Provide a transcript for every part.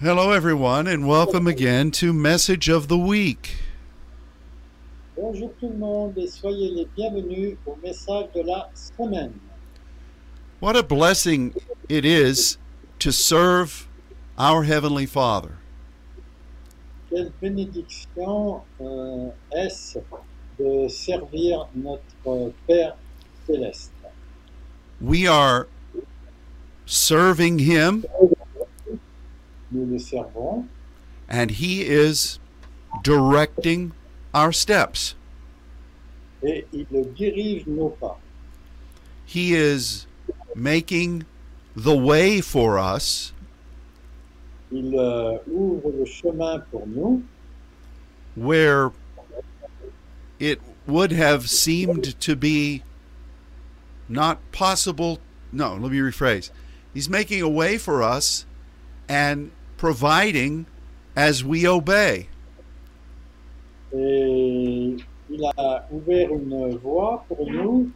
Hello, everyone, and welcome again to Message of the Week. Bonjour tout le monde et soyez les bienvenus au message de la semaine. What a blessing it is to serve our Heavenly Father. Quelle bénédiction euh, est-ce de servir notre Père céleste We are serving Him, Nous le servons and He is directing our steps. et il dirige nos pas. He is making the way for us Il euh, ouvre le chemin pour nous where it would have seemed to be not possible. No, let me rephrase. He's making a way for us and providing as we obey. et il a ouvert une voie pour nous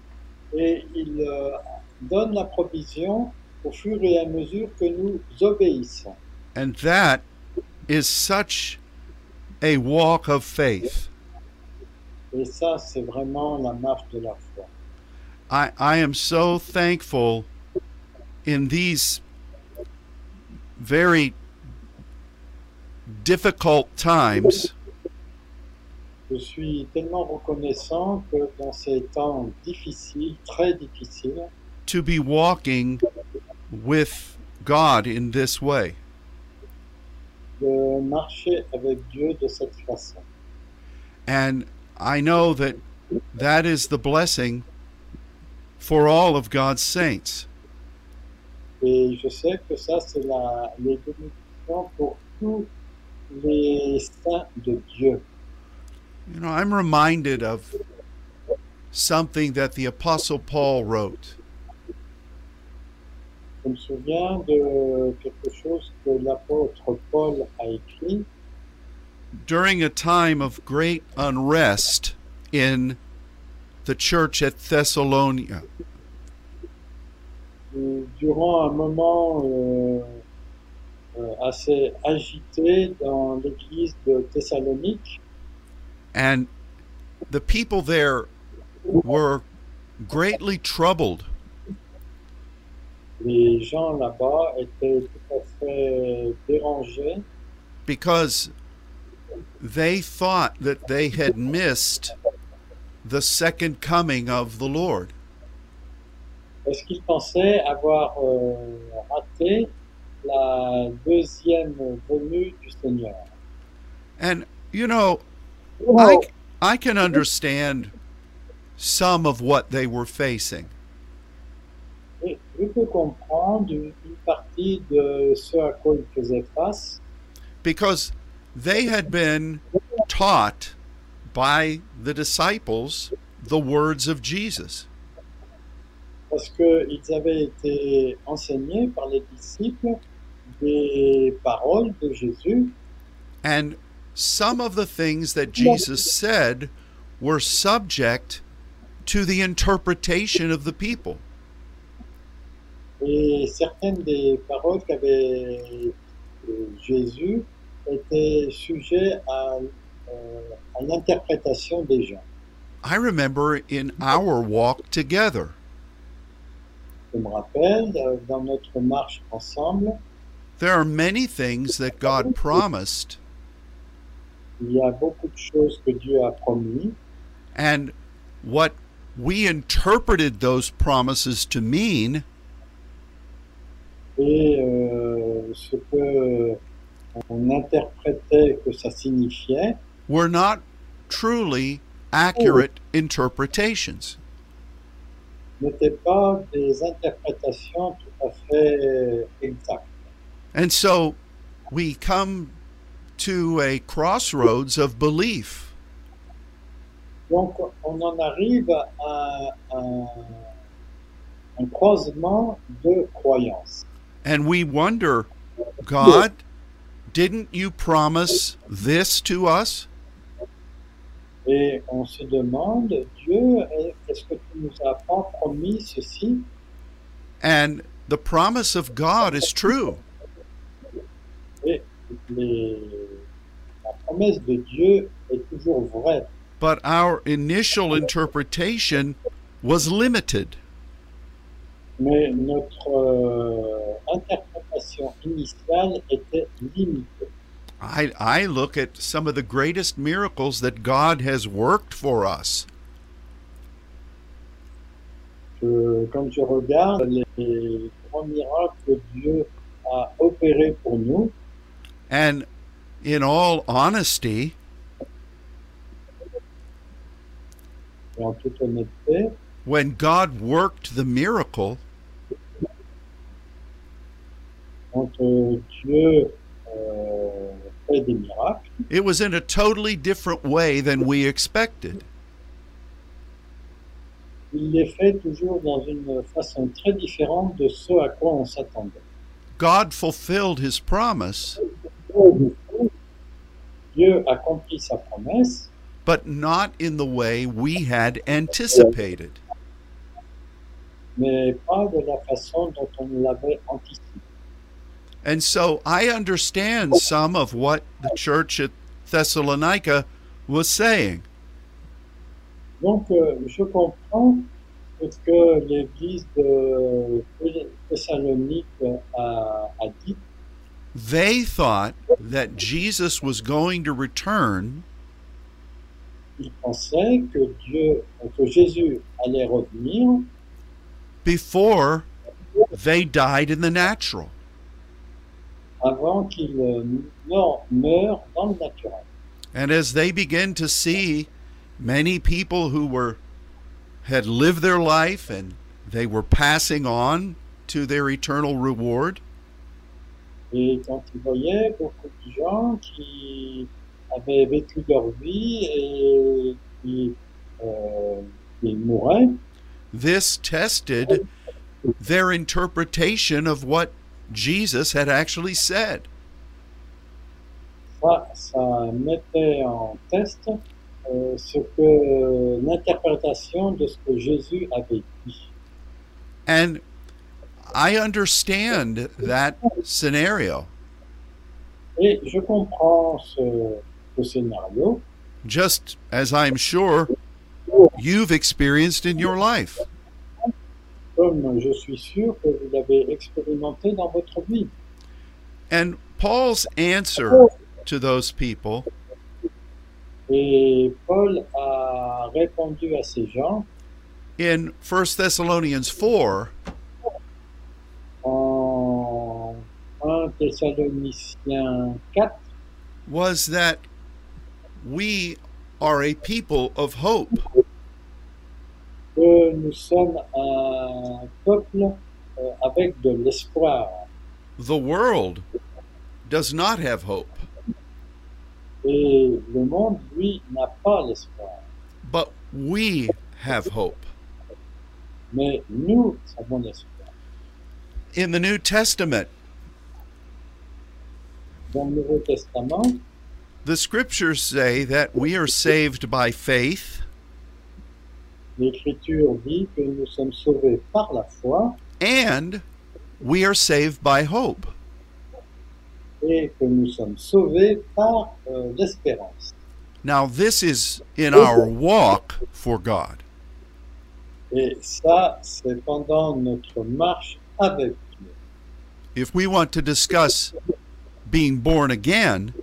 et il euh, donne la provision au fur et à mesure que nous obéissons. And that is such a walk of faith. Et ça, c'est vraiment la marche de la foi. I, I am so thankful in these very difficult times. Je suis tellement reconnaissant que dans ces temps difficiles, très difficiles, to be walking with God in this way. de marcher avec Dieu de cette façon. And I know that that is the blessing for all of God's saints. Et je sais que ça, c'est la, les bénédictions pour tous les saints de Dieu. You know, I'm reminded of something that the Apostle Paul wrote. Je me souviens de quelque chose que l'apôtre Paul a écrit During a time of great unrest in the church at Thessalonica, euh, durant un moment euh, euh, assez agité dans l'église de Thessalonique. and the people there were greatly troubled Les gens là-bas étaient tout à fait dérangés because they thought that they had missed the second coming of the Lord. parce qu'ils pensaient avoir euh, raté la deuxième venue du Seigneur. And, you know, I, I can understand some of what they were facing. Et je peux comprendre une une partie de ce à quoi ils faisaient face. because they had been taught by the disciples the words of Jesus. parce qu'ils avaient été enseignés par les disciples des paroles de Jésus And some of the things that Jesus said were subject to the interpretation of the people. et certaines des paroles qu'avait euh, Jésus étaient sujets à, euh, à l'interprétation des gens. I remember in our walk together, Je me rappelle, euh, dans notre marche ensemble, there are many things that God promised, il y a beaucoup de choses que Dieu a promis and what we interpreted those promises to mean et euh, ce que on interprétait que ça signifiait were not truly accurate interpretations. n'étaient pas des interprétations tout à fait exactes. And so we come to a crossroads of belief. Donc, on en arrive à un, un croisement de croyances. And we wonder, God, didn't you promise this to us? Et on se demande, Dieu, est-ce que tu nous as pas promis ceci And the promise of God is true. Et les- la promesse de Dieu est toujours vraie. but our initial interpretation was limited. Mais notre euh, interprétation initiale était limitée. I, I look at some of the greatest miracles that God has worked for us. Je- quand je regarde les, les grands miracles que Dieu a opérés pour nous, And in all honesty, et en toute honnêteté, when God worked the miracle, quand euh, Dieu euh, fait des miracles, it was in a totally different way than we expected. il les fait toujours dans une façon très différente de ce à quoi on s'attendait. God fulfilled his promise, Dieu accomplit sa promesse, but not in the way we had anticipated. mais pas de la façon dont on l'avait anticipé. And so I understand some of what the church at Thessalonica was saying. Donc, euh, je comprends ce que l'Église de Thessalonique a, a dit. They thought that Jesus was going to return Ils pensaient que Dieu, que Jésus allait revenir before they died in the natural. avant qu'il euh, meure, meure dans le naturel. And as they begin to see many people who were had lived their life and they were passing on to their eternal reward, Et quand ils voyaient beaucoup de gens qui avaient vécu leur vie et qui, euh, qui mouraient, this tested their interpretation of what Jesus had actually said. ça, ça mettait en test euh, ce que euh, l'interprétation de ce que Jésus avait dit. And I understand that scenario. Et je comprends ce, ce scénario, just as I'm sure you've experienced in your life. comme je suis sûr que vous l'avez expérimenté dans votre vie. And Paul's answer to those people Et Paul a répondu à ces gens in 1 Thessalonians 4 en 1 Thessaloniciens 4, was that we are a people of hope. que nous sommes un peuple euh, avec de l'espoir. The world does not have hope, Et le monde, lui, n'a pas l'espoir. but we have hope. Mais nous avons l'espoir. In the New Testament, Dans le Nouveau Testament, the scriptures say that we are saved by faith l'Écriture dit que nous sommes sauvés par la foi and we are saved by hope. et que nous sommes sauvés par euh, l'espérance. Now, this is in our walk for God. Et ça, c'est pendant notre marche avec Dieu. If we want to discuss being born again,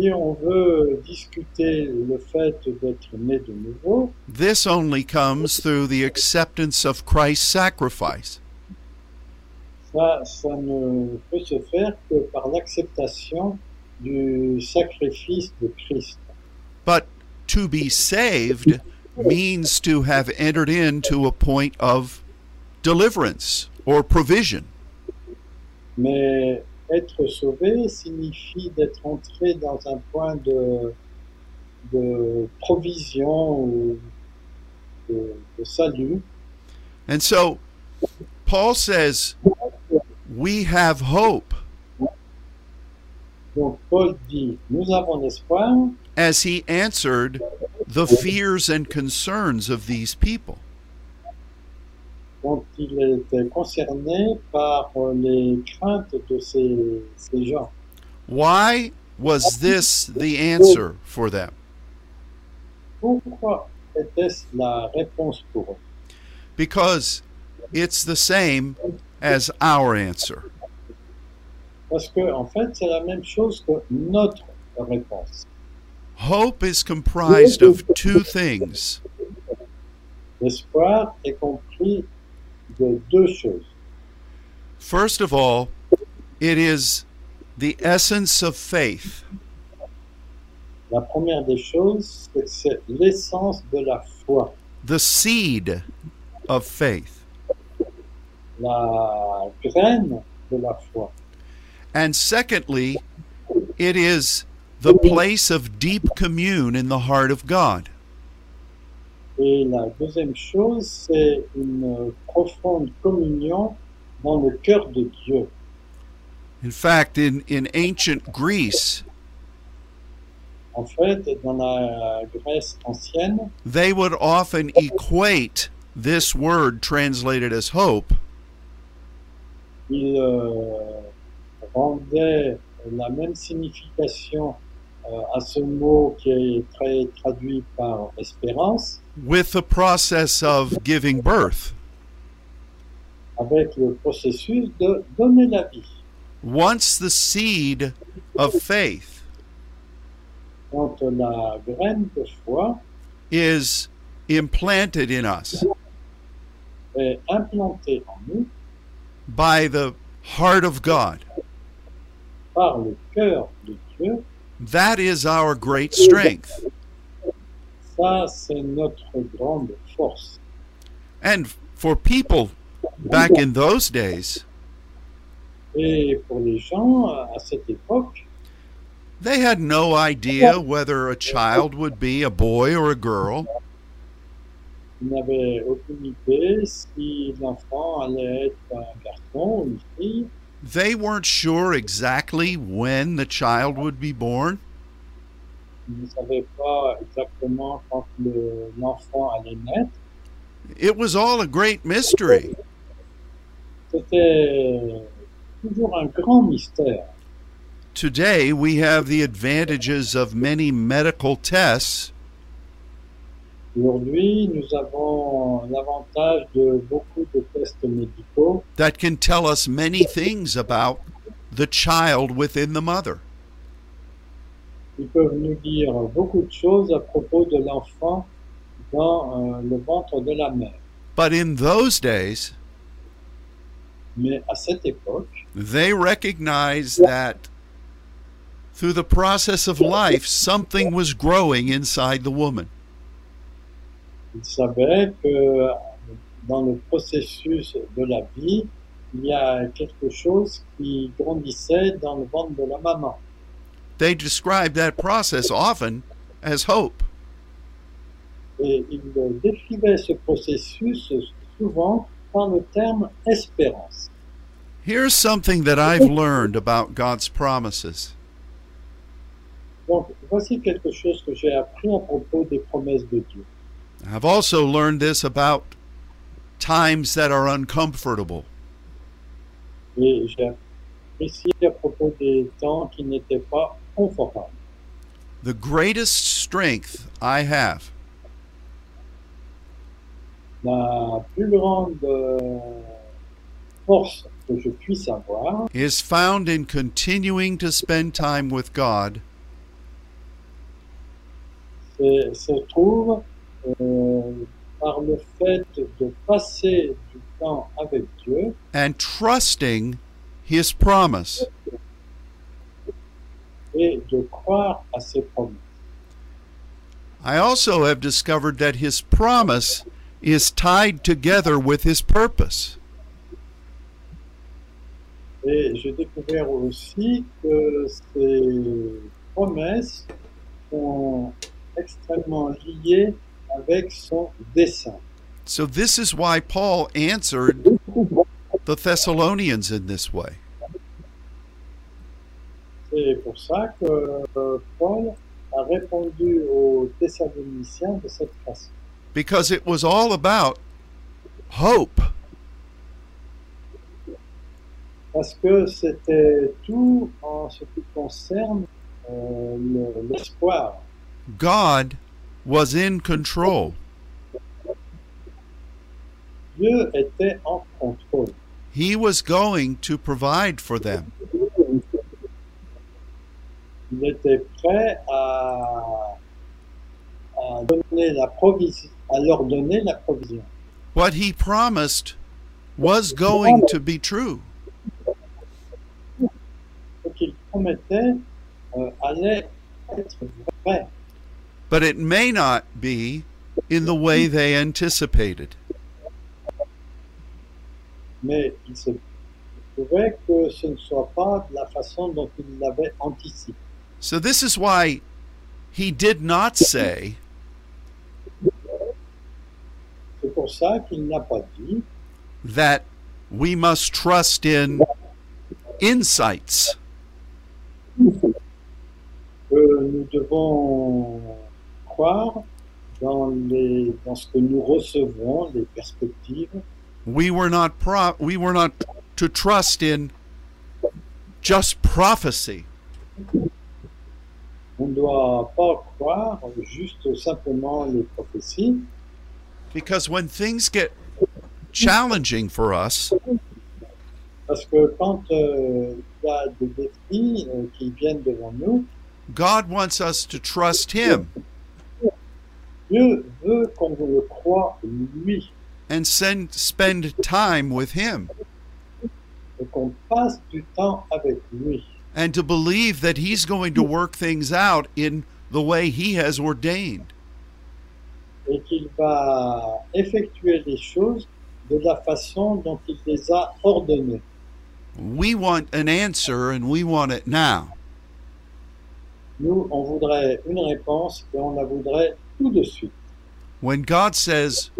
Si on veut discuter le fait d'être né de nouveau, this only comes through the acceptance of Christ's sacrifice. ça, ça ne peut se faire que par l'acceptation du sacrifice de Christ. But to be saved means to have entered into a point of deliverance or provision. Mais être sauvé signifie d'être entré dans un point de, de provision ou de, de salut. And so, Paul says, We have hope Donc Paul dit, nous avons l'espoir as he answered the fears and concerns of these people. dont il était concerné par les craintes de ces, ces gens. Why was this the answer for them? Pourquoi était-ce la réponse pour eux Because it's the same as our answer. Parce que, en fait, c'est la même chose que notre réponse. Hope is comprised of two things L'espoir est compris de deux choses. First of all, it is the essence of faith. La première des choses, c'est que c'est l'essence de la foi, the seed of faith. la graine de la foi. And secondly, it is the place of deep commune in the heart of God. Et la deuxième chose, c'est une profonde communion dans le cœur de Dieu. In fact, in, in ancient Greece, En fait, dans la Grèce ancienne, they would often equate this word translated as hope il euh, rendait la même signification euh, à ce mot qui est très traduit par espérance with the process of giving birth. avec le processus de donner la vie. Once the seed of faith Quand la graine de foi is implanted in us est implantée en nous by the heart of God, par le cœur de Dieu, that is our great strength. ça c'est notre grande force. And for people back in those days, Et pour les gens, à à cette époque, they had no idea whether a child would be a boy or a girl. ils n'avaient aucune idée si l'enfant allait être un garçon ou une fille. They weren't sure exactly when the child would be born. Ils ne savaient pas exactement quand le- l'enfant allait naître. It was all a great mystery. C'était toujours un grand mystère. Today, we have the advantages of many medical tests Aujourd'hui, nous avons l'avantage de beaucoup de tests médicaux that can tell us many things about the child within the mother. qui peuvent nous dire beaucoup de choses à propos de l'enfant dans euh, le ventre de la mère. But in those days, Mais à cette époque, they recognize that through the process of life, something was growing inside the woman. ils savaient que dans le processus de la vie, il y a quelque chose qui grandissait dans le ventre de la maman. They describe that process often as hope. Et il décrivait ce processus souvent par le terme espérance. Here's something that I've learned about God's promises. Donc voici quelque chose que j'ai appris à propos des promesses de Dieu. I've also learned this about times that are uncomfortable. Et j'ai apprécié à propos des temps qui n'étaient pas confortables. The greatest strength I have La plus grande euh, force que je puisse avoir is found in continuing to spend time with God se, se trouve euh, par le fait de passer du temps avec Dieu and trusting His promise. et de croire à ses promesses. I also have discovered that His promise is tied together with His purpose. Et j'ai découvert aussi que ces promesses sont extrêmement liées avec son dessein. So, this is why Paul answered the Thessalonians in this way. C'est pour ça que euh, Paul a répondu aux Thessaloniciens de cette façon. because it was all about hope parce que c'était tout en ce qui concerne euh, le- l'espoir. God was in control. Dieu était en contrôle. He was going to provide for them. Il était prêt à, à donner la provision, à leur donner la provision. What he promised was going to be true. Ce qu'il promettait euh, allait être vrai, But it may not be in the way they anticipated. mais il se pouvait que ce ne soit pas de la façon dont il l'avait anticipé. So this is why he did not say, C'est pour ça qu'il n'a pas dit that we must trust in insights. que nous devons croire dans, les, dans ce que nous recevons, les perspectives. We were not pro- we were not to trust in just prophecy. On ne doit pas croire juste simplement les prophéties, Because when things get challenging for us, parce que quand euh, il y a des défis euh, qui viennent devant nous, God wants us to trust him Dieu veut qu'on le croie lui and send, spend time with him et qu'on passe du temps avec lui and to believe that he's going to work things out in the way he has ordained. et qu'il va effectuer les choses de la façon dont il les a ordonnées. We want an answer and we want it now. Nous, on voudrait une réponse et on la voudrait tout de suite. When God says,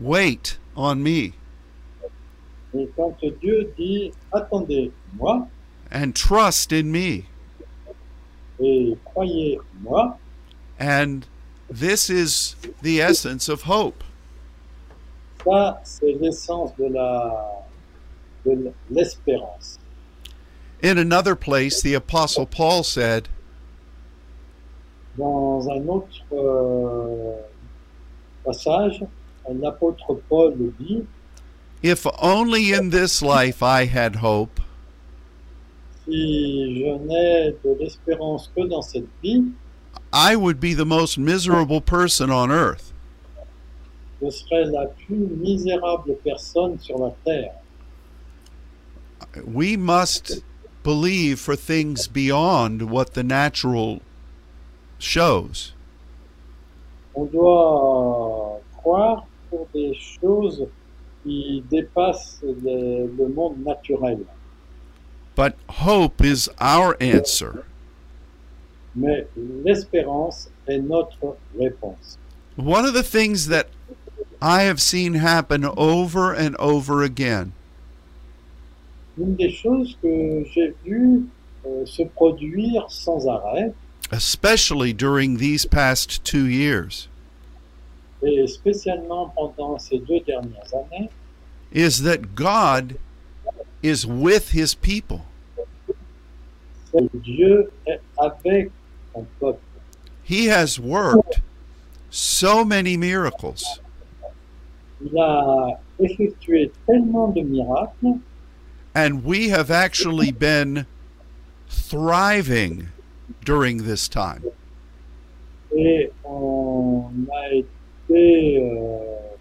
"Wait on me Et quand Dieu dit attendez-moi and trust in me," et croyez-moi, and this is the essence of hope. ça c'est l'essence de la de l'espérance. In another place, the apostle Paul said, Dans un autre euh, passage, l'apôtre Paul dit If only in this life I had hope, si je n'ai de l'espérance que dans cette vie, I would be the most miserable person on earth. je serai la plus misérable personne sur la terre. We must believe for things beyond what the natural shows. On doit euh, croire pour des choses qui dépassent le, le monde naturel. But hope is our answer. Mais l'espérance est notre réponse. One of the things that I have seen happen over and over again Une des choses que j'ai vues euh, se produire sans arrêt, especially during these past two years, et spécialement pendant ces deux dernières années, is that God is with his people. c'est que Dieu est avec son peuple. He has worked so many miracles, Il a effectué tellement de miracles and we have actually been thriving during this time. et on a été euh,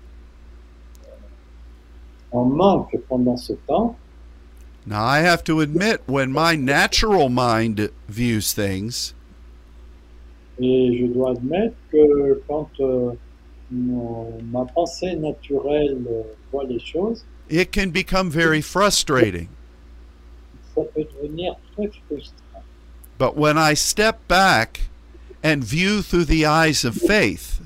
en manque pendant ce temps. Now, I have to admit, when my natural mind views things, Et je dois admettre que quand euh, mon- ma pensée naturelle euh, voit les choses, it can become very frustrating. ça peut devenir très frustrant. But when I step back and view through the eyes of faith,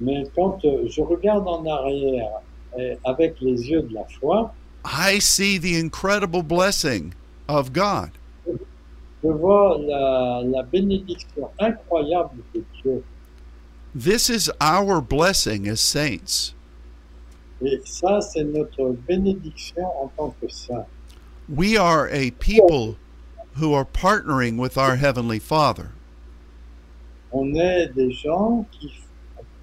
Mais quand euh, je regarde en arrière et avec les yeux de la foi, I see the incredible blessing of God. je vois la, la bénédiction incroyable de Dieu. This is our blessing as saints. Et ça, c'est notre bénédiction en tant que saint. We are a people who are partnering with our Heavenly Father. On est des gens qui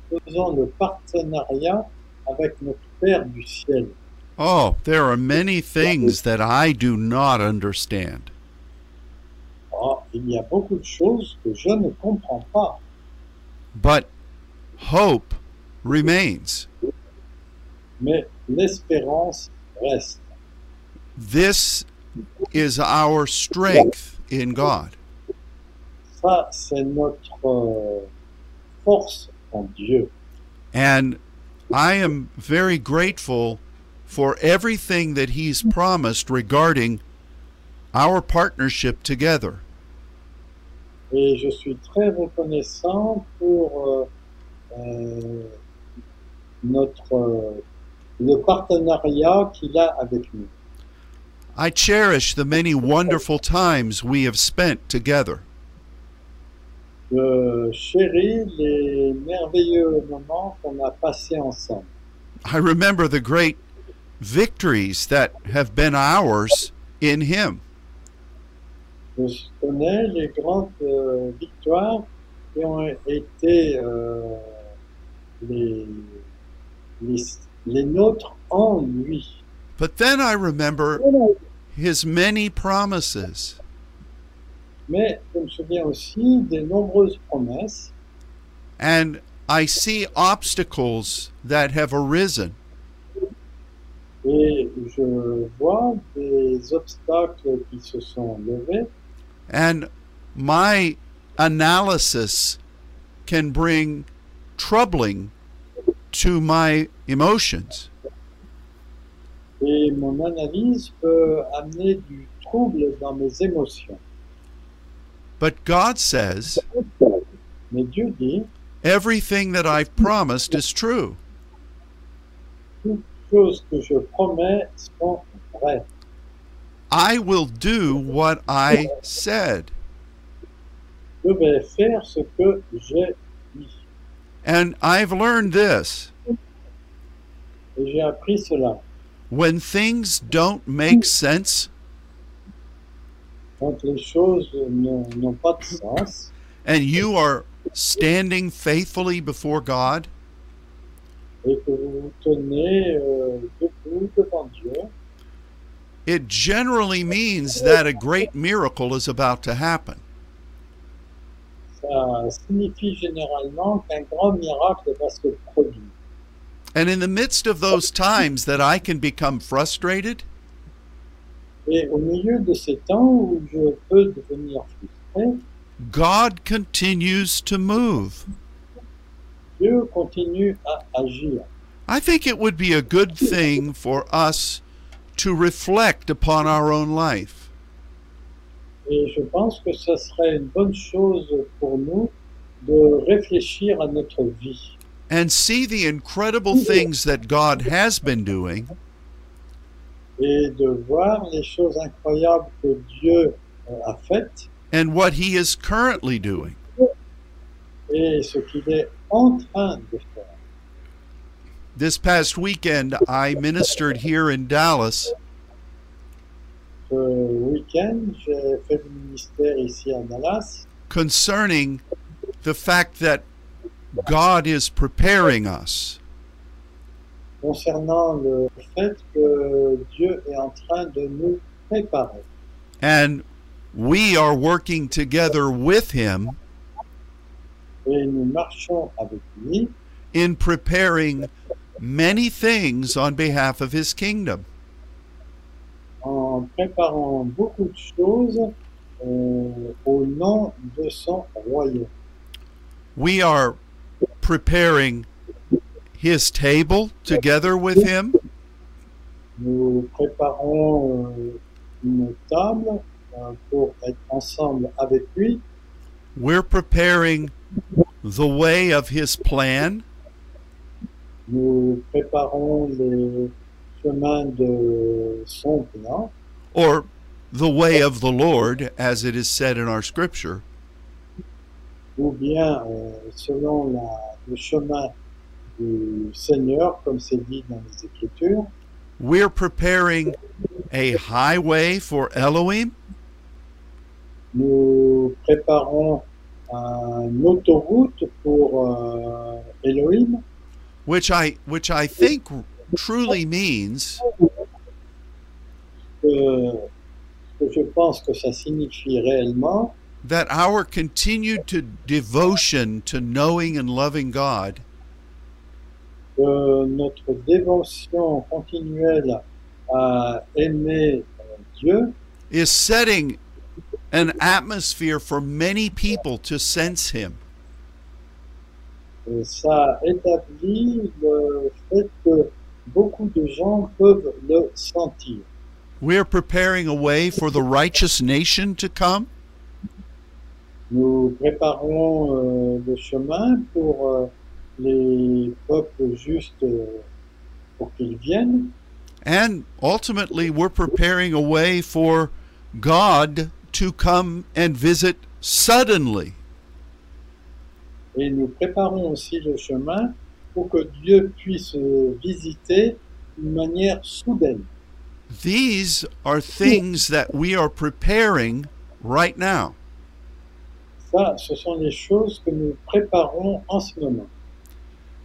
faisons le partenariat avec notre Père du ciel. Oh, there are many things that I do not understand. Ah, il y a beaucoup de choses que je ne comprends pas, But hope remains. mais l'espérance reste. This is our strength in God. Ça, c'est notre euh, force en Dieu. And I am very grateful for everything that He's promised regarding our partnership together. Et je suis très reconnaissant pour euh, euh, notre euh, le partenariat qu'il a avec nous. I cherish the many wonderful times we have spent together. Je chéris les merveilleux moments qu'on a passés ensemble. I remember the great victories that have been ours in Him. Je connais les grandes euh, victoires qui ont été euh, les, les, les nôtres en lui. But then I remember His many promises. Mais je me souviens aussi des nombreuses promesses And I see obstacles that have arisen. Et je vois des obstacles qui se sont levés And my analysis can bring troubling to my emotions. et mon analyse peut amener du trouble dans mes émotions. But God says, Mais Dieu dit, everything that I've promised is true. toutes choses que je promets sont vraies. I will do what I said. Je vais faire ce que j'ai dit. And I've learned this Et j'ai appris cela. when things don't make sense Quand les choses n'ont n'ont pas de sens and you are standing faithfully before God, et que vous vous tenez euh, debout devant Dieu, it generally means that a great miracle is about to happen. ça signifie généralement qu'un grand miracle va se produire. And in the midst of those times that I can become frustrated, Et au milieu de ces temps où je peux devenir frustré, God continues to move. Dieu continue à agir. I think it would be a good thing for us to reflect upon our own life. Et je pense que ce serait une bonne chose pour nous de réfléchir à notre vie and see the incredible things that God has been doing et de voir les choses incroyables que Dieu euh, a faites and what He is currently doing. et ce qu'il est en train de faire. This past weekend, I ministered here in Dallas, Ce week-end, j'ai fait du ministère ici à Dallas concerning the fact that God is preparing us. concernant le fait que Dieu est en train de nous préparer. And we are working together with Him et nous marchons avec lui in preparing many things on behalf of His kingdom. en préparant beaucoup de choses euh, au nom de son royaume. We are preparing His table together with Him. Nous préparons euh, une table euh, pour être ensemble avec lui. We're preparing the way of his plan, Nous préparons les chemins de son plan or the way of the Lord, as it is said in our scripture. ou bien euh, selon la- le chemin du Seigneur, comme c'est dit dans les Écritures. we're preparing a highway for Elohim? Nous préparons un- une autoroute pour euh, Elohim, Which I which I think truly means que, que je pense que ça signifie réellement that our continued to devotion to knowing and loving God que notre dévotion continuelle à aimer euh, Dieu is setting an atmosphere for many people to sense him. Et euh, ça établit le fait que beaucoup de gens peuvent le sentir. We're preparing a way for the righteous nation to come. Nous préparons euh, le chemin pour euh, les peuples justes euh, pour qu'ils viennent And ultimately, we're preparing a way for God to come and visit suddenly. et nous préparons aussi le chemin pour que Dieu puisse euh, visiter d'une manière soudaine. These are things that we are preparing right now. Ça, ce sont les choses que nous préparons en ce moment.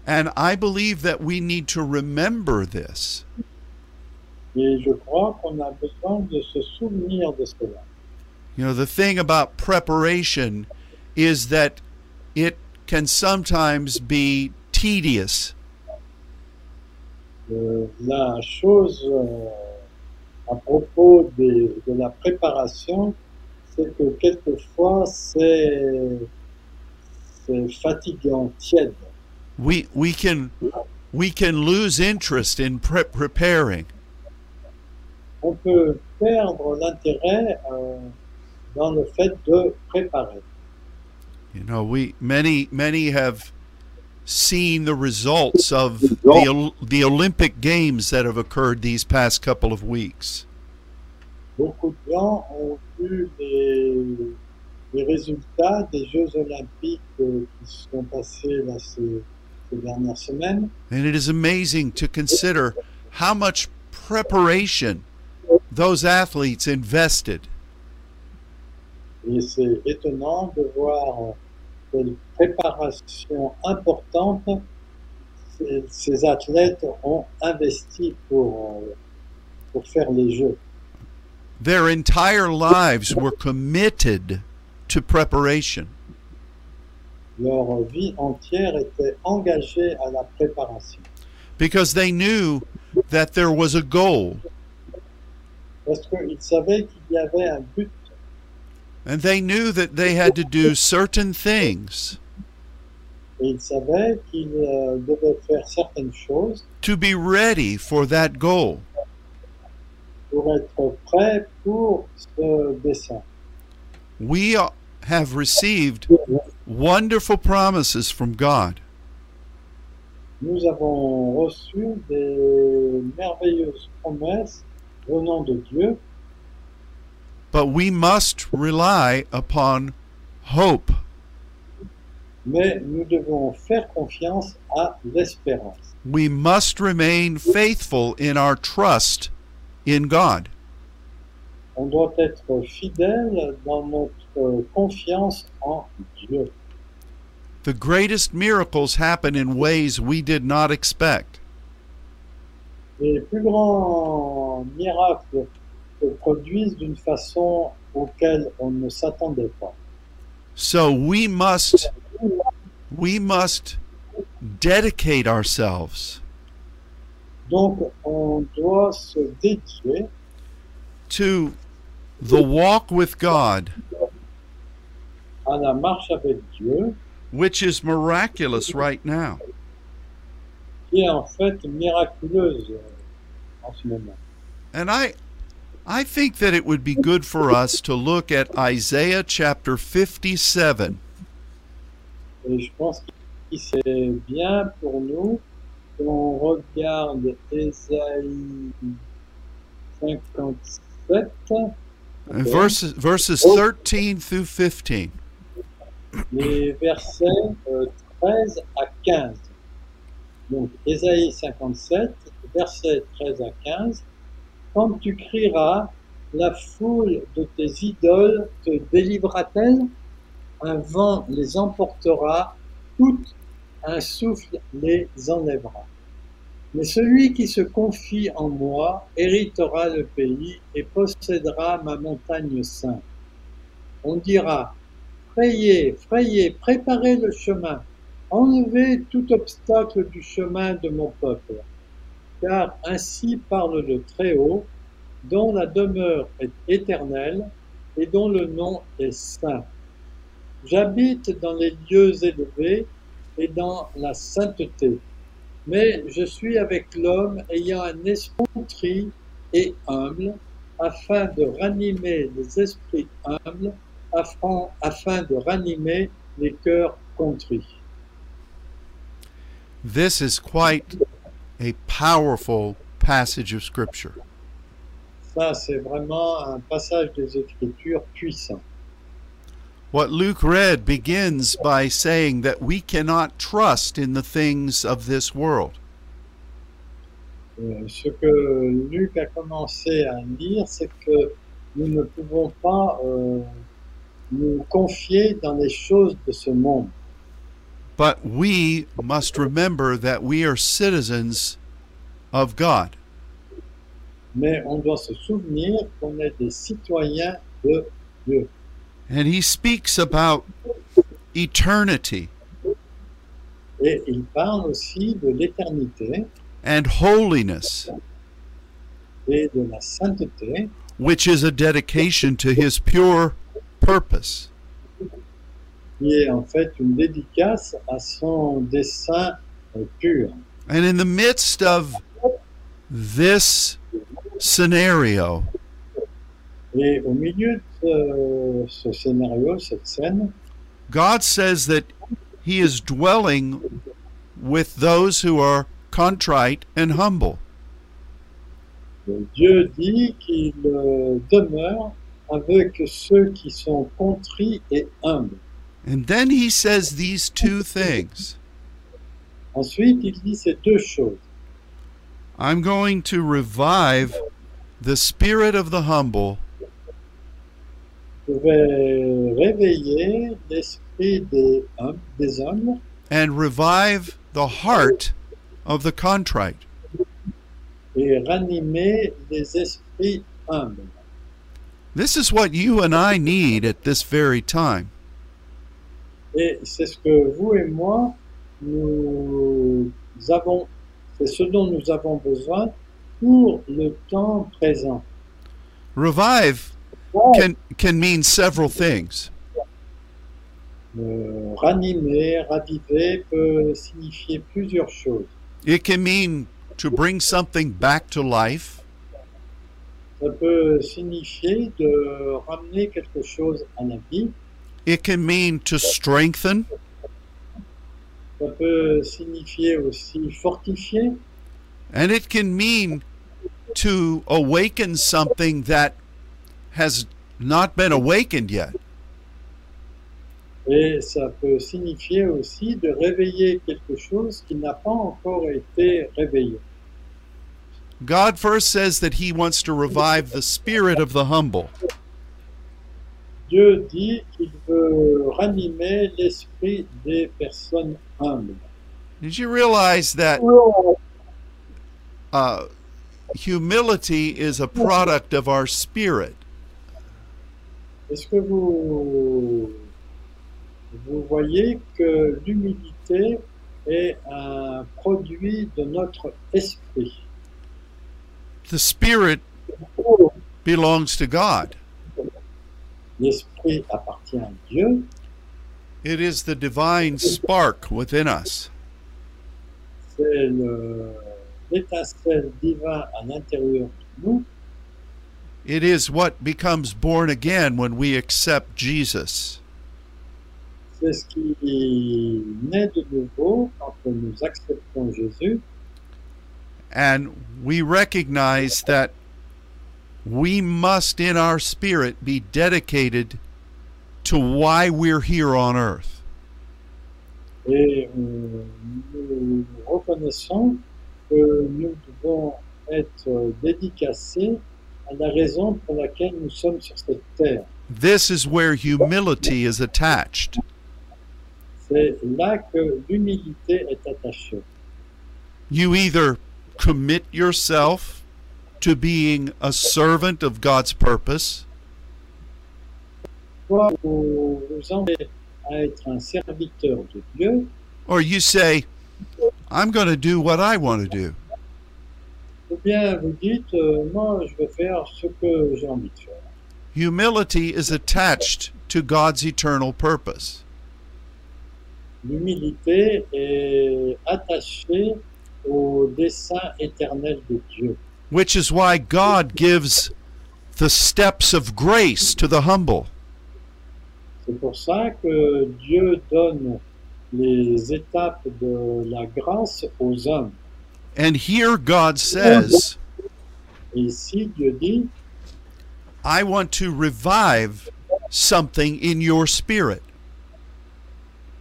And I believe that we need to remember this Et je crois qu'on a besoin de se souvenir de cela. You know, the thing about preparation is that it can sometimes be tedious. Euh, la chose euh, à propos des- de la préparation, c'est que quelquefois c'est c'est fatigant, tiède. We we can we can lose interest in pre- preparing. On peut perdre l'intérêt euh, dans le fait de préparer. You know, we many many have seen the results of the Ol- the Olympic games that have occurred these past couple of weeks. Beaucoup de gens ont vu les, les résultats des Jeux olympiques euh, qui se sont passés là, ces- ces dernières semaines. And it is amazing to consider how much preparation those athletes invested. Et c'est étonnant de voir quelle préparation importante ces, ces athlètes ont investi pour, euh, pour faire les Jeux. Their entire lives were committed to preparation. Leur vie entière était engagée à la préparation because they knew that there was a goal parce qu'ils savaient qu'il y avait un but and they knew that they had to do certain things et ils savaient qu'ils euh, devaient faire certaines choses to be ready for that goal. pour être prêts pour ce dessin. We are- have received wonderful promises from God, Nous avons reçu des merveilleuses promesses venant de Dieu, but we must rely upon hope. mais nous devons faire confiance à l'espérance. We must remain faithful in our trust in God. On doit être fidèle dans notre confiance en Dieu. The greatest miracles happen in ways we did not expect. Les plus grands miracles se produisent d'une façon auquel on ne s'attendait pas. So we must we must dedicate ourselves Donc on doit se dédier to the walk with God, à la marche avec Dieu, which is miraculous right now. qui est en fait miraculeuse euh, en ce moment. And I I think that it would be good for us to look at Isaiah chapter 57 Et je pense que c'est bien pour nous qu'on regarde Ésaïe 57, and verses verses 13 through 15. les versets euh, 13 à 15. Donc Ésaïe 57, versets 13 à 15, quand tu crieras, la foule de tes idoles te délivrera-t-elle Un vent les emportera toutes, un souffle les enlèvera. Mais celui qui se confie en moi héritera le pays et possédera ma montagne sainte. On dira, frayez, frayez, préparez le chemin, enlevez tout obstacle du chemin de mon peuple. Car ainsi parle le Très-Haut, dont la demeure est éternelle et dont le nom est saint. J'habite dans les lieux élevés et dans la sainteté, mais je suis avec l'homme ayant un esprit contrit et humble, afin de ranimer les esprits humbles, afin, afin de ranimer les cœurs contrits. This is quite a powerful passage of Scripture. Ça, c'est vraiment un passage des Écritures puissant. What Luke read begins by saying that we cannot trust in the things of this world. Euh, ce que Luc a commencé à lire, c'est que nous ne pouvons pas euh, nous confier dans les choses de ce monde. But we must remember that we are citizens of God. mais on doit se souvenir qu'on est des citoyens de Dieu. And he speaks about eternity Et il parle aussi de l'éternité and holiness, et de la sainteté, which is a dedication to his pure purpose. qui est en fait une dédicace à son dessein euh, pur. And in the midst of this scenario, Et au milieu de ce, ce scénario, cette scène, God says that he is dwelling with those who are contrite and humble. euh, Dieu dit qu'il euh, demeure avec ceux qui sont contrits et humbles. And then he says these two things. Ensuite, il dit ces deux choses. I'm going to revive the spirit of the humble Je vais réveiller l'esprit des hommes, des hommes and revive the heart of the contrite. et ranimer les esprits humbles. This is what you and I need at this very time. Et c'est ce que vous et moi, nous avons, c'est ce dont nous avons besoin pour le temps présent. Revive can can mean several things. Euh, ranimer, raviver peut signifier plusieurs choses. It can mean to bring something back to life. Ça peut signifier de ramener quelque chose à la vie. It can mean to strengthen. Ça peut signifier aussi fortifier. And it can mean to awaken something that has not been awakened yet. Et ça peut signifier aussi de réveiller quelque chose qui n'a pas encore été réveillé. God first says that he wants to revive the spirit of the humble. Dieu dit qu'il veut ranimer l'esprit des personnes humbles. Did you realize that uh, humility is a product of our spirit? Est-ce que vous, vous voyez que l'humilité est un produit de notre esprit The spirit belongs to God, L'esprit appartient à Dieu, it is the divine spark within us. c'est le- l'étincelle divin à l'intérieur de nous. It is what becomes born again when we accept Jesus. C'est ce qui naît de nouveau quand nous acceptons Jésus And we recognize that we must, in our spirit, be dedicated to why we're here on earth. et euh, nous reconnaissons que nous devons être dédicacés à la raison pour laquelle nous sommes sur cette terre. This is where humility is attached. C'est là que l'humilité est attachée. You either commit yourself to being a servant of God's purpose, Soit vous vous engagez à être un serviteur de Dieu, or you say, I'm going to do what I want to do. ou bien vous dites, euh, moi je vais faire ce que j'ai envie de faire. Humility is attached to God's eternal purpose. L'humilité est attachée au dessein éternel de Dieu. which is why God gives the steps of grace to the humble. C'est pour ça que Dieu donne les étapes de la grâce aux hommes. And here God says, Et ici, Dieu dit, I want to revive something in your spirit.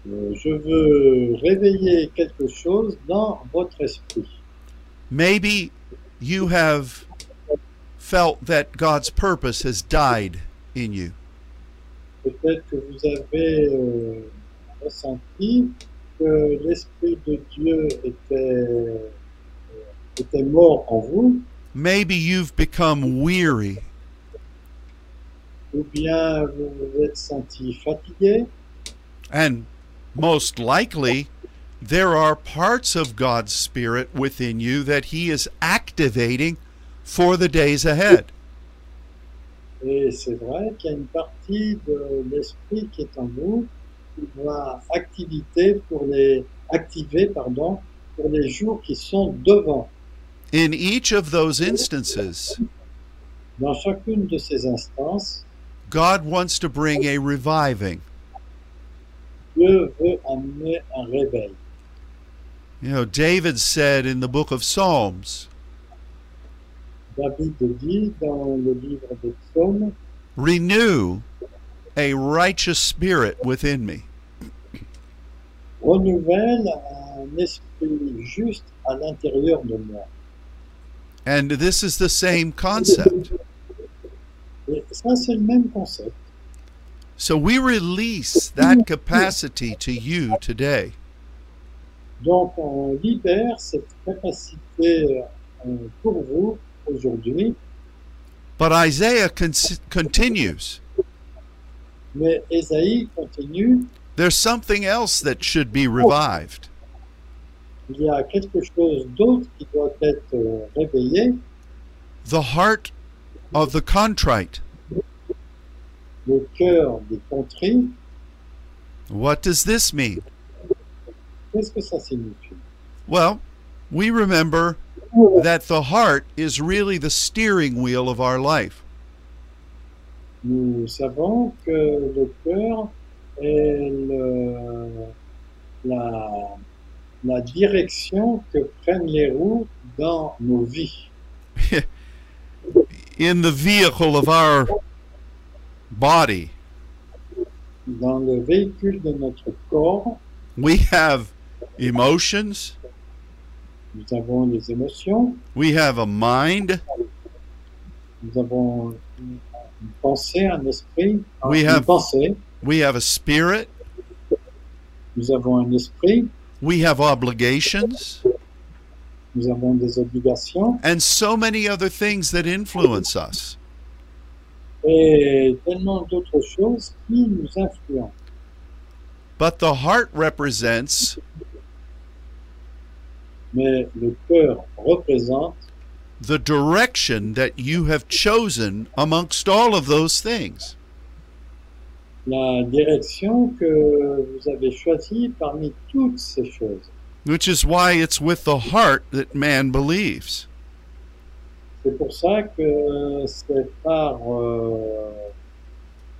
euh, je veux réveiller quelque chose dans votre esprit. Maybe you have felt that God's purpose has died in you. Peut-être que vous avez euh, ressenti que l'esprit de Dieu était, euh, était mort en vous, Maybe you've become weary. ou bien vous vous êtes senti fatigué, And most likely, there are parts of God's spirit within you that He is activating for the days ahead. Et c'est vrai qu'il y a une partie de l'esprit qui est en vous qui doit activité pour les activer pardon pour les jours qui sont devant. In each of those instances, Dans chacune de ces instances, God wants to bring a reviving. Dieu veut amener un réveil. You know, David said in the book of Psalms, David dit dans le livre des psaumes renew a righteous spirit within me. renouvelle un esprit juste à l'intérieur de moi. And this is the same concept. Et ça c'est le même concept. So we release that capacity to you today. Donc on libère cette capacité euh, pour vous aujourd'hui But Isaiah con- continues. Mais Esaïe continue, There's something else that should be revived. il y a quelque chose d'autre qui doit être euh, réveillé, The heart of the contrite. le cœur des contrits. What does this mean? Qu'est-ce que ça signifie Well, we remember that the heart is really the steering wheel of our life. Nous savons que le cœur est le- la, la direction que prennent les roues dans nos vies. In the vehicle of our body, Dans le véhicule de notre corps, we have emotions, nous avons les émotions, we have a mind, nous avons une une pensée, un esprit, We une have- pensée. we have a spirit, Nous avons un esprit, we have obligations, nous avons des obligations and so many other things that influence us. et tellement d'autres choses qui nous influencent. But the heart represents Mais le cœur représente the direction that you have chosen amongst all of those things. la direction que vous avez choisie parmi toutes ces choses. which is why it's with the heart that man believes. C'est pour ça que c'est par euh,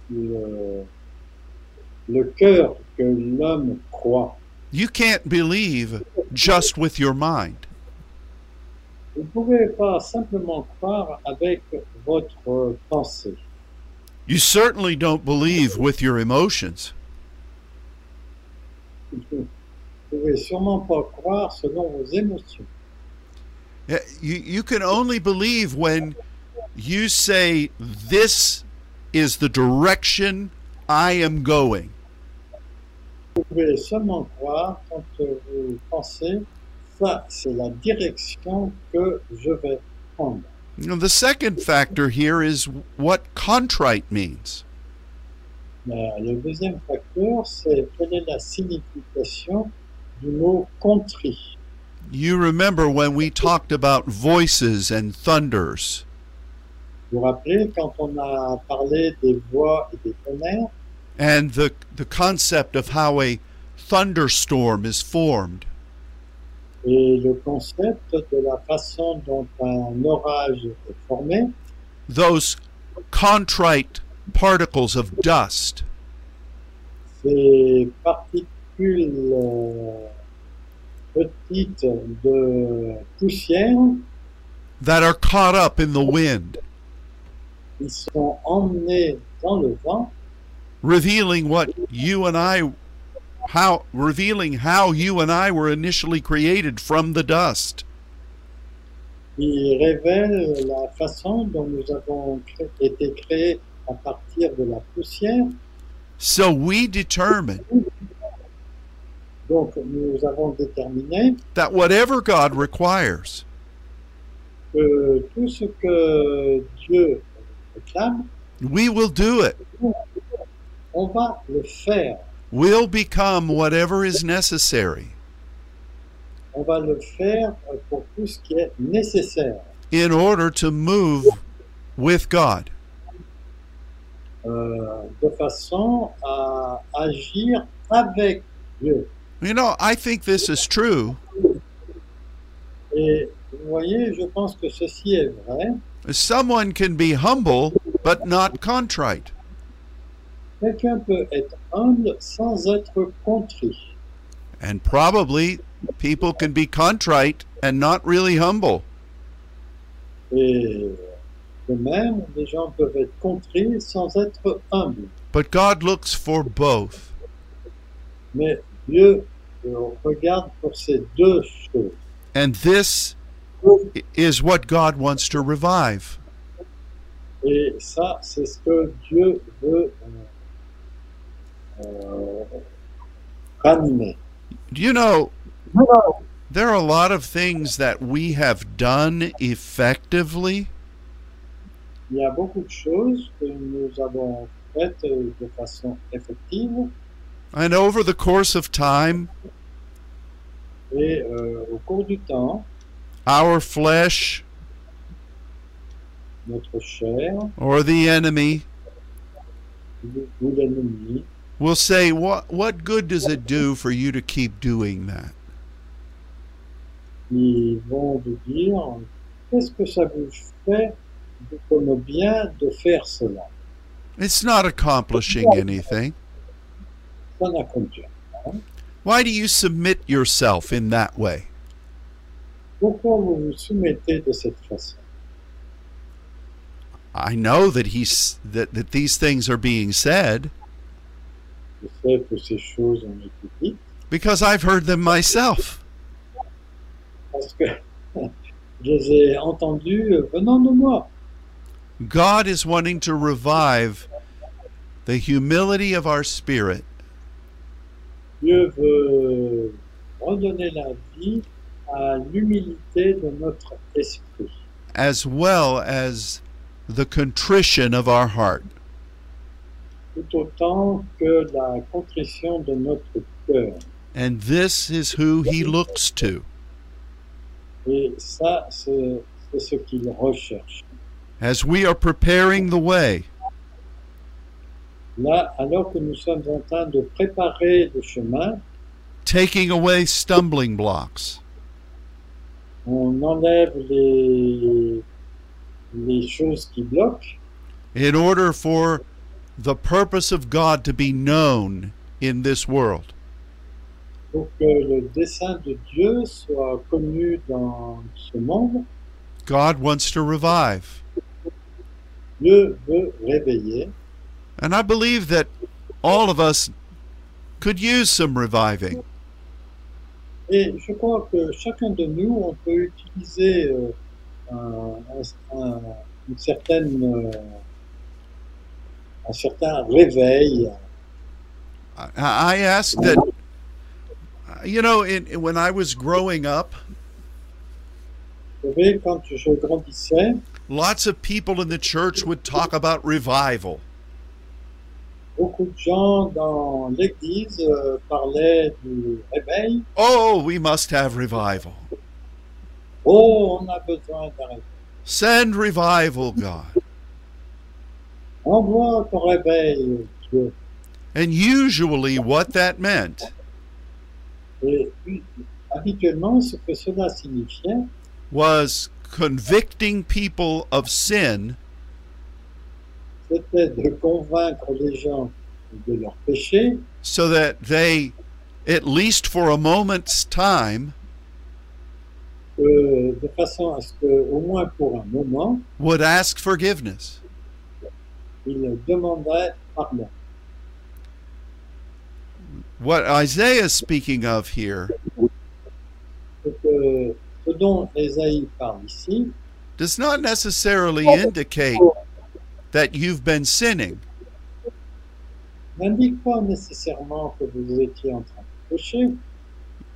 le, le cœur que l'homme croit. You can't believe just with your mind. Vous ne pouvez pas simplement croire avec votre pensée. You certainly don't believe with your emotions. Vous ne pouvez sûrement pas croire selon vos émotions. Eh, You, you can only believe when you say, This is the direction I am going. Vous pouvez seulement croire quand euh, vous pensez, ça c'est la direction que je vais prendre. You know, the second factor here is what contrite means. Mais Euh, le deuxième facteur, c'est quelle est la signification du mot contrit. You remember when we talked about voices and thunders. Vous vous rappelez, quand on a parlé des voix et des tonnerres, and the the concept of how a thunderstorm is formed. et le concept de la façon dont un orage est formé, Those contrite particles of dust ces particules euh, petites de poussière, that are caught up in the wind, ils sont emmenés dans le vent, revealing what you and I how revealing how you and I were initially created from the dust. ils révèlent la façon dont nous avons cré- été créés à partir de la poussière. So we determine Donc nous avons déterminé that whatever God requires, que tout ce que Dieu réclame, we will do it. on va le faire. We'll become whatever is necessary On va le faire pour tout ce qui est nécessaire in order to move with God. euh, de façon à agir avec Dieu. You know, I think this is true, Et vous voyez, je pense que ceci est vrai. someone can be humble but not contrite. Quelqu'un peut être humble sans être contrit. And probably people can be contrite and not really humble. Et de même, les gens peuvent être contrits sans être humbles. But God looks for both. Mais Dieu euh, regarde pour ces deux choses. And this i- is what God wants to revive. Et ça, c'est ce que Dieu veut euh, euh, ranimer. You know, there are a lot of things that we have done effectively Il y a beaucoup de choses que nous avons faites euh, de façon effective and over the course of time, et euh, au cours du temps, our flesh notre chair or the enemy ou ou l'ennemi will say, "What what good does it do for you to keep doing that? ils vont vous dire qu'est-ce que ça vous fait de- comme bien de faire cela. It's not accomplishing anything. Ça n'a compte rien. Why do you submit yourself in that way? Pourquoi vous vous soumettez de cette façon I know that he's that, that these things are being said Je sais que ces choses ont été dites. because I've heard them myself. parce que je les ai entendus euh, venant de moi. God is wanting to revive the humility of our spirit Dieu veut redonner la vie à l'humilité de notre esprit, as well as the contrition of our heart. tout autant que la contrition de notre cœur. And this is who he looks to. Et ça, c'est c'est ce qu'il recherche. As we are preparing the way, Là, alors que nous sommes en train de préparer le chemin, taking away stumbling blocks, on enlève les, les choses qui bloquent in order for the purpose of God to be known in this world. pour que le dessein de Dieu soit connu dans ce monde, God wants to revive. Dieu veut réveiller. And I believe that all of us could use some reviving. Et je crois que chacun de nous, on peut utiliser euh, un- un- un- une certaine, euh, un certain réveil. I, I ask that, you know, in, when I was growing up, Vous savez, quand je grandissais, lots of people in the church would talk about revival. beaucoup de gens dans l'Église euh, parlaient du réveil. Oh, we must have revival. Oh, on a besoin d'un réveil. Send revival, God. Envoie ton réveil, Dieu. And usually, what that meant Et puis, habituellement, ce que cela signifiait, was convicting people of sin c'était de convaincre les gens de leur péché so that they, at least for a moment's time, euh, de façon à ce que, au moins pour un moment, would ask forgiveness. ils demandaient pardon. What Isaiah is speaking of here Ce que- ce dont Esaïe parle ici, does not necessarily indicate that you've been sinning. n'indique pas nécessairement que vous étiez en train de pécher.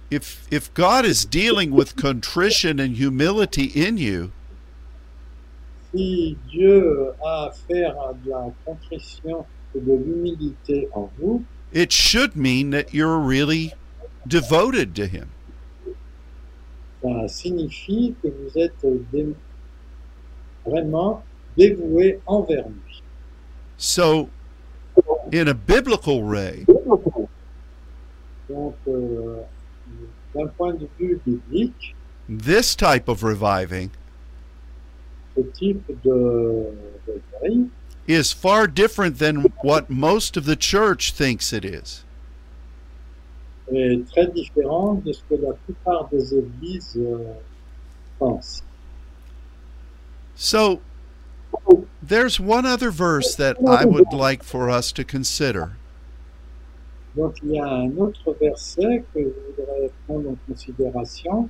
If, if God is dealing with contrition and humility in you, Si Dieu a affaire à de la contrition et de l'humilité en vous, it should mean that you're really devoted to Him. ça signifie que vous êtes dé- vraiment dévoué envers lui. So, in a biblical way, Donc, euh, d'un point de vue biblique, this type of reviving ce type de, de veille is far different than what most of the church thinks it is. est très différent de ce que la plupart des églises euh, pensent. So, there's one other verse that I would like for us to consider. Donc, il y a un autre verset que je voudrais prendre en considération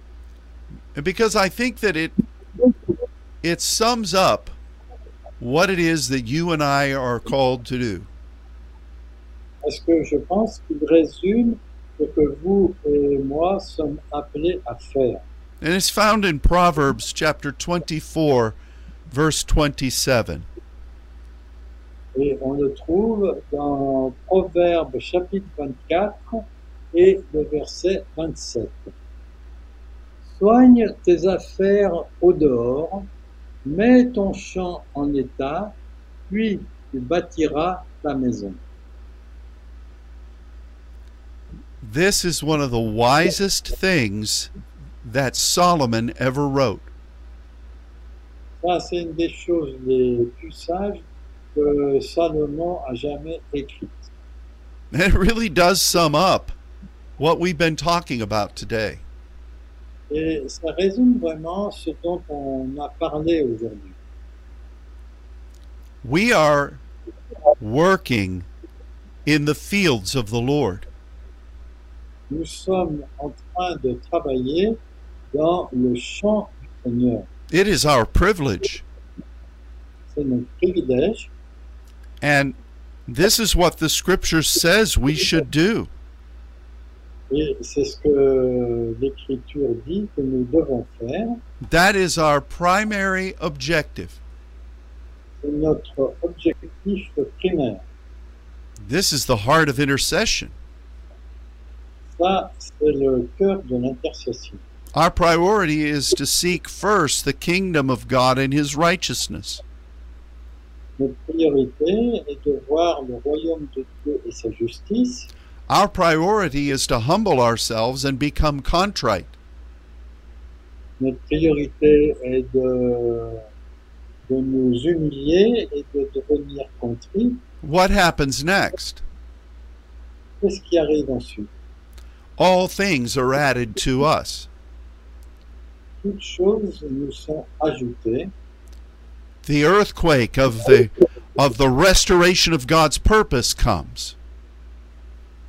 because I think that it it sums up what it is that you and I are called to do. parce que je pense qu'il résume ce que vous et moi sommes appelés à faire. And it's found in Proverbs chapter 24 verse 27. Et on le trouve dans Proverbe chapitre 24 et le verset 27. Soigne tes affaires au dehors, mets ton champ en état, puis tu bâtiras ta maison. This is one of the wisest things that Solomon ever wrote. Ça, c'est une des choses les plus sages que Salomon a jamais écrites. And it really does sum up what we've been talking about today. Et ça résume vraiment ce dont on a parlé aujourd'hui. We are working in the fields of the Lord. Nous sommes en train de travailler dans le champ du Seigneur. It is our privilege C'est notre privilège. And this is what the scripture says we should do. Et c'est ce que l'Écriture dit que nous devons faire. That is our primary objective. C'est notre objectif primaire. This is the heart of intercession. Ça, c'est le cœur de l'intercession. Our priority is to seek first the kingdom of God and his righteousness. Notre priorité est de voir le royaume de Dieu et sa justice. Our priority is to humble ourselves and become contrite. Notre priorité est de, de nous humilier et de devenir contrit. What happens next? Qu'est-ce qui arrive ensuite All things are added to us. Toutes choses nous sont ajoutées. The earthquake of the of the restoration of God's purpose comes.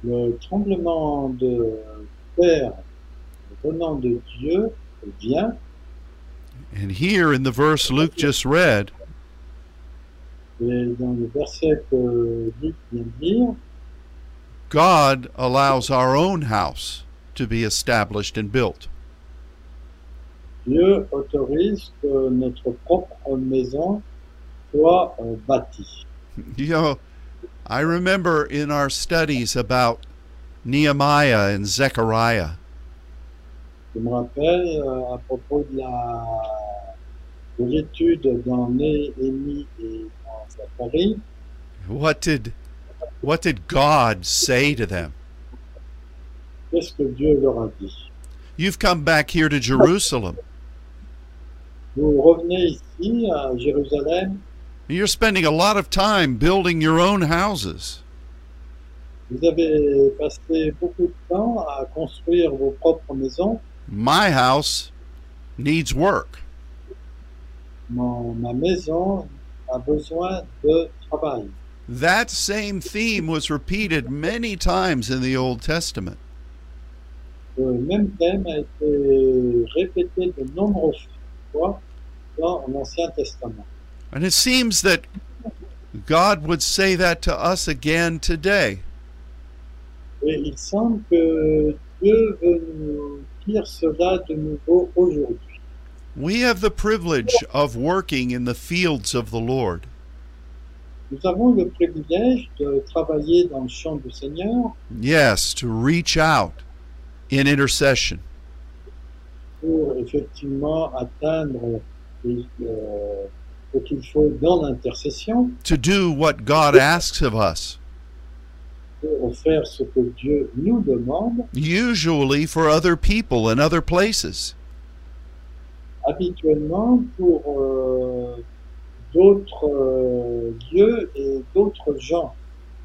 Le tremblement de terre au nom de Dieu, viens. And here in the verse Luke just read, Et dans le verset que Luc vient de dire, God allows our own house to be established and built. Dieu autorise que notre propre maison soit euh, bâtie. You know, I remember in our studies about Nehemiah and Zechariah, Je me rappelle euh, à propos de la de l'étude dans Néhémie et dans Zacharie, what did what did God say to them? qu'est-ce que Dieu leur a dit You've come back here to Jerusalem. Vous revenez ici à Jérusalem, You're spending a lot of time building your own houses. vous avez passé beaucoup de temps à construire vos propres maisons. My house needs work. Mon- ma maison a besoin de travail. That same theme was repeated many times in the Old Testament. Le même thème a été répété de nombreuses fois dans l'Ancien Testament. And it seems that God would say that to us again today. Et il semble que Dieu veut nous dire cela de nouveau aujourd'hui. We have the privilege of working in the fields of the Lord. Nous avons le privilège de travailler dans le champ du Seigneur Yes, to reach out in intercession. pour effectivement atteindre les- euh, ce qu'il faut dans l'intercession, to do what God asks of us, pour faire ce que Dieu nous demande, usually for other people and other places. habituellement pour euh, d'autres euh, lieux et d'autres gens.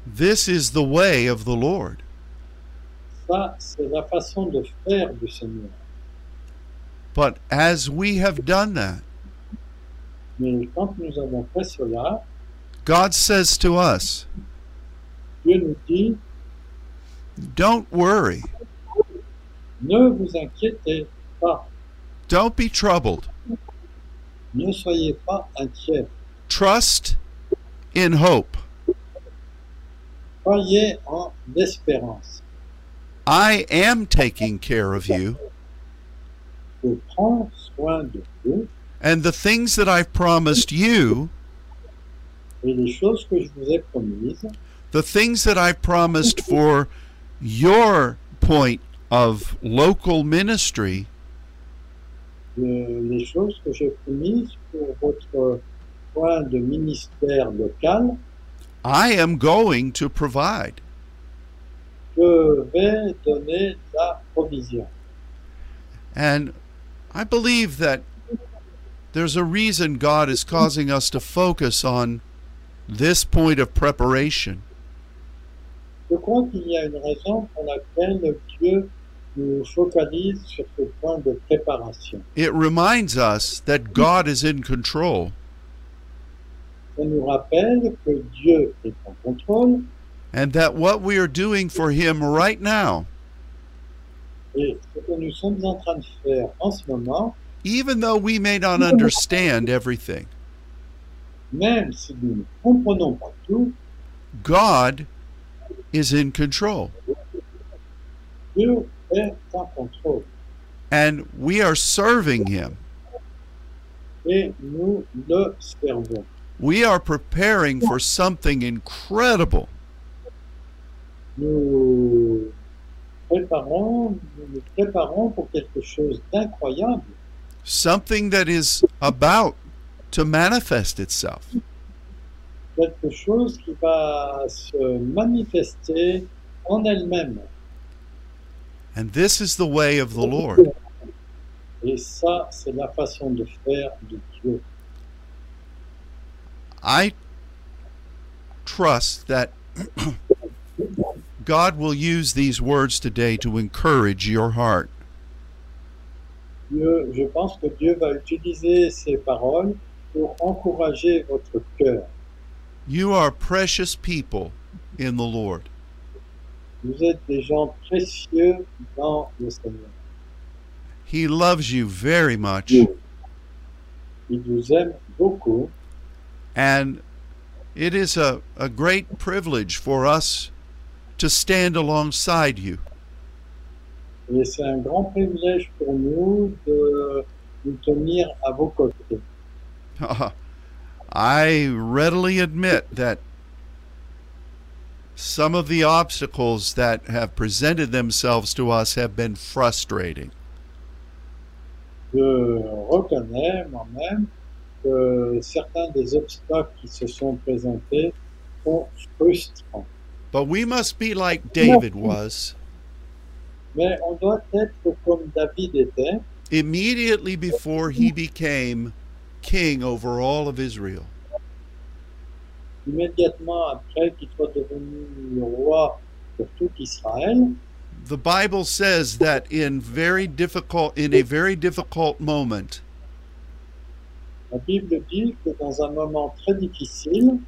This is the way of the Lord. Ça, c'est la façon de faire du Seigneur. But as we have done that, Mais quand nous avons fait cela, God says to us, Dieu nous dit, Don't worry, ne vous inquiétez pas, don't be troubled. ne soyez pas inquiets. Trust in hope. Croyez en espérance. I am taking care of you, Je prends soin de vous and the things that I've promised you, et les choses que je vous ai promises, the things that I've promised for your point of local ministry, euh, les choses que j'ai promises pour votre point de ministère local, I am going to provide. je vais donner la provision. And I believe that there's a reason God is causing us to focus on this point of preparation. Je crois qu'il y a une raison pour laquelle Dieu nous focalise sur ce point de préparation. It reminds us that God is in control Ça nous rappelle que Dieu est en contrôle and that what we are doing for Him right now, et ce que nous sommes en train de faire en ce moment, even though we may not understand everything, même si nous ne comprenons pas tout, God is in control. Dieu est en contrôle And we are serving Him. et nous le servons. We are preparing for something incredible. Nous préparons, nous nous préparons pour quelque chose d'incroyable, something that is about to manifest itself. quelque chose qui va se manifester en elle-même. And this is the way of the Lord. Et ça, c'est la façon de faire de Dieu. I trust that God will use these words today to encourage your heart. Dieu. Je pense que Dieu va utiliser ces paroles pour encourager votre cœur. You are precious people in the Lord. Vous êtes des gens précieux dans le Seigneur. He loves you very much, Dieu. Il vous aime beaucoup and it is a, a great privilege for us to stand alongside you. et c'est un grand privilège pour nous de nous tenir à vos côtés. I readily admit that some of the obstacles that have presented themselves to us have been frustrating. Je reconnais moi-même que certains des obstacles qui se sont présentés sont frustrants. But we must be like David was. Mais on doit être comme David était immediately before he became king over all of Israel. immédiatement après qu'il soit devenu roi pour tout Israël. The Bible says that in very difficult in a very difficult moment, La Bible dit que dans un moment très difficile,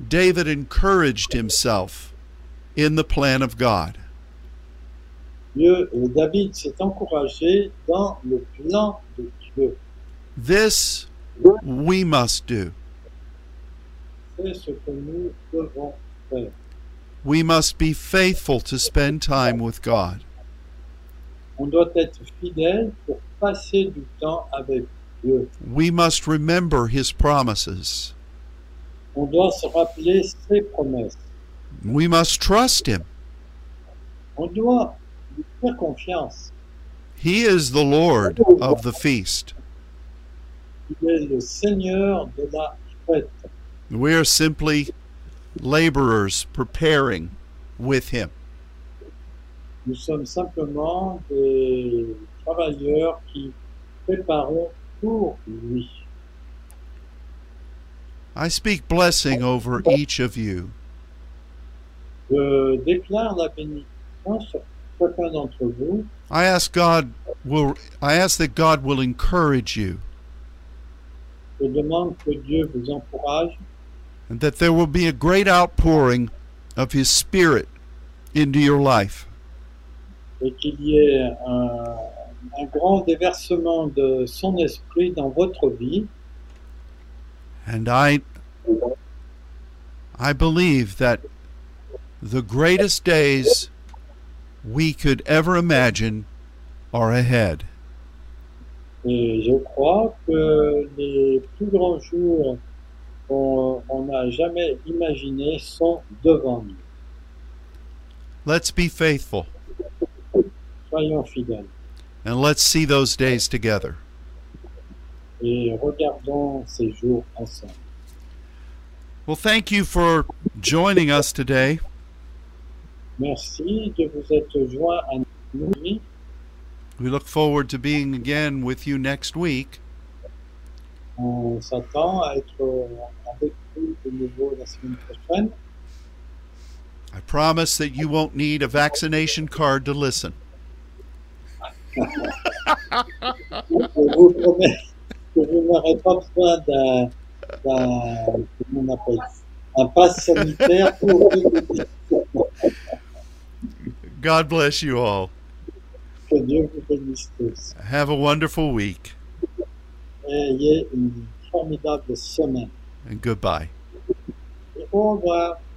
David encouraged himself in the plan of God. Dieu, euh, David s'est encouragé dans le plan de Dieu. This we must do. C'est ce que nous devons faire. We must be faithful to spend time with God. On doit être fidèle pour passer du temps avec Dieu. We must remember his promises. On doit se rappeler ses promesses. We must trust him. On doit lui faire confiance. He is the Lord of the feast. Il est le Seigneur de la fête. We are simply laborers preparing with Him. Nous sommes simplement des travailleurs qui préparons pour lui. I speak blessing over each of you. Je déclare la bénédiction sur chacun d'entre vous. I ask God will I ask that God will encourage you Je demande que Dieu vous encourage and that there will be a great outpouring of His Spirit into your life. et qu'il y ait un, un grand déversement de son esprit dans votre vie. And I I believe that the greatest days we could ever imagine are ahead. Et je crois que les plus grands jours qu'on on n'a jamais imaginés sont devant nous. Let's be faithful Soyons fidèles and let's see those days together. et regardons ces jours ensemble. Well, thank you for joining us today. Merci de vous être joints à nous. We look forward to being again with you next week. On s'attend à être avec vous de nouveau la semaine prochaine. I promise that you won't need a vaccination card to listen. Je vous promets que vous n'aurez pas besoin d'un, d'un, comment on appelle ça un pass sanitaire pour écouter. God bless you all. que Dieu vous bénisse tous. Have a wonderful week Et ayez une formidable semaine. and goodbye. Et au revoir.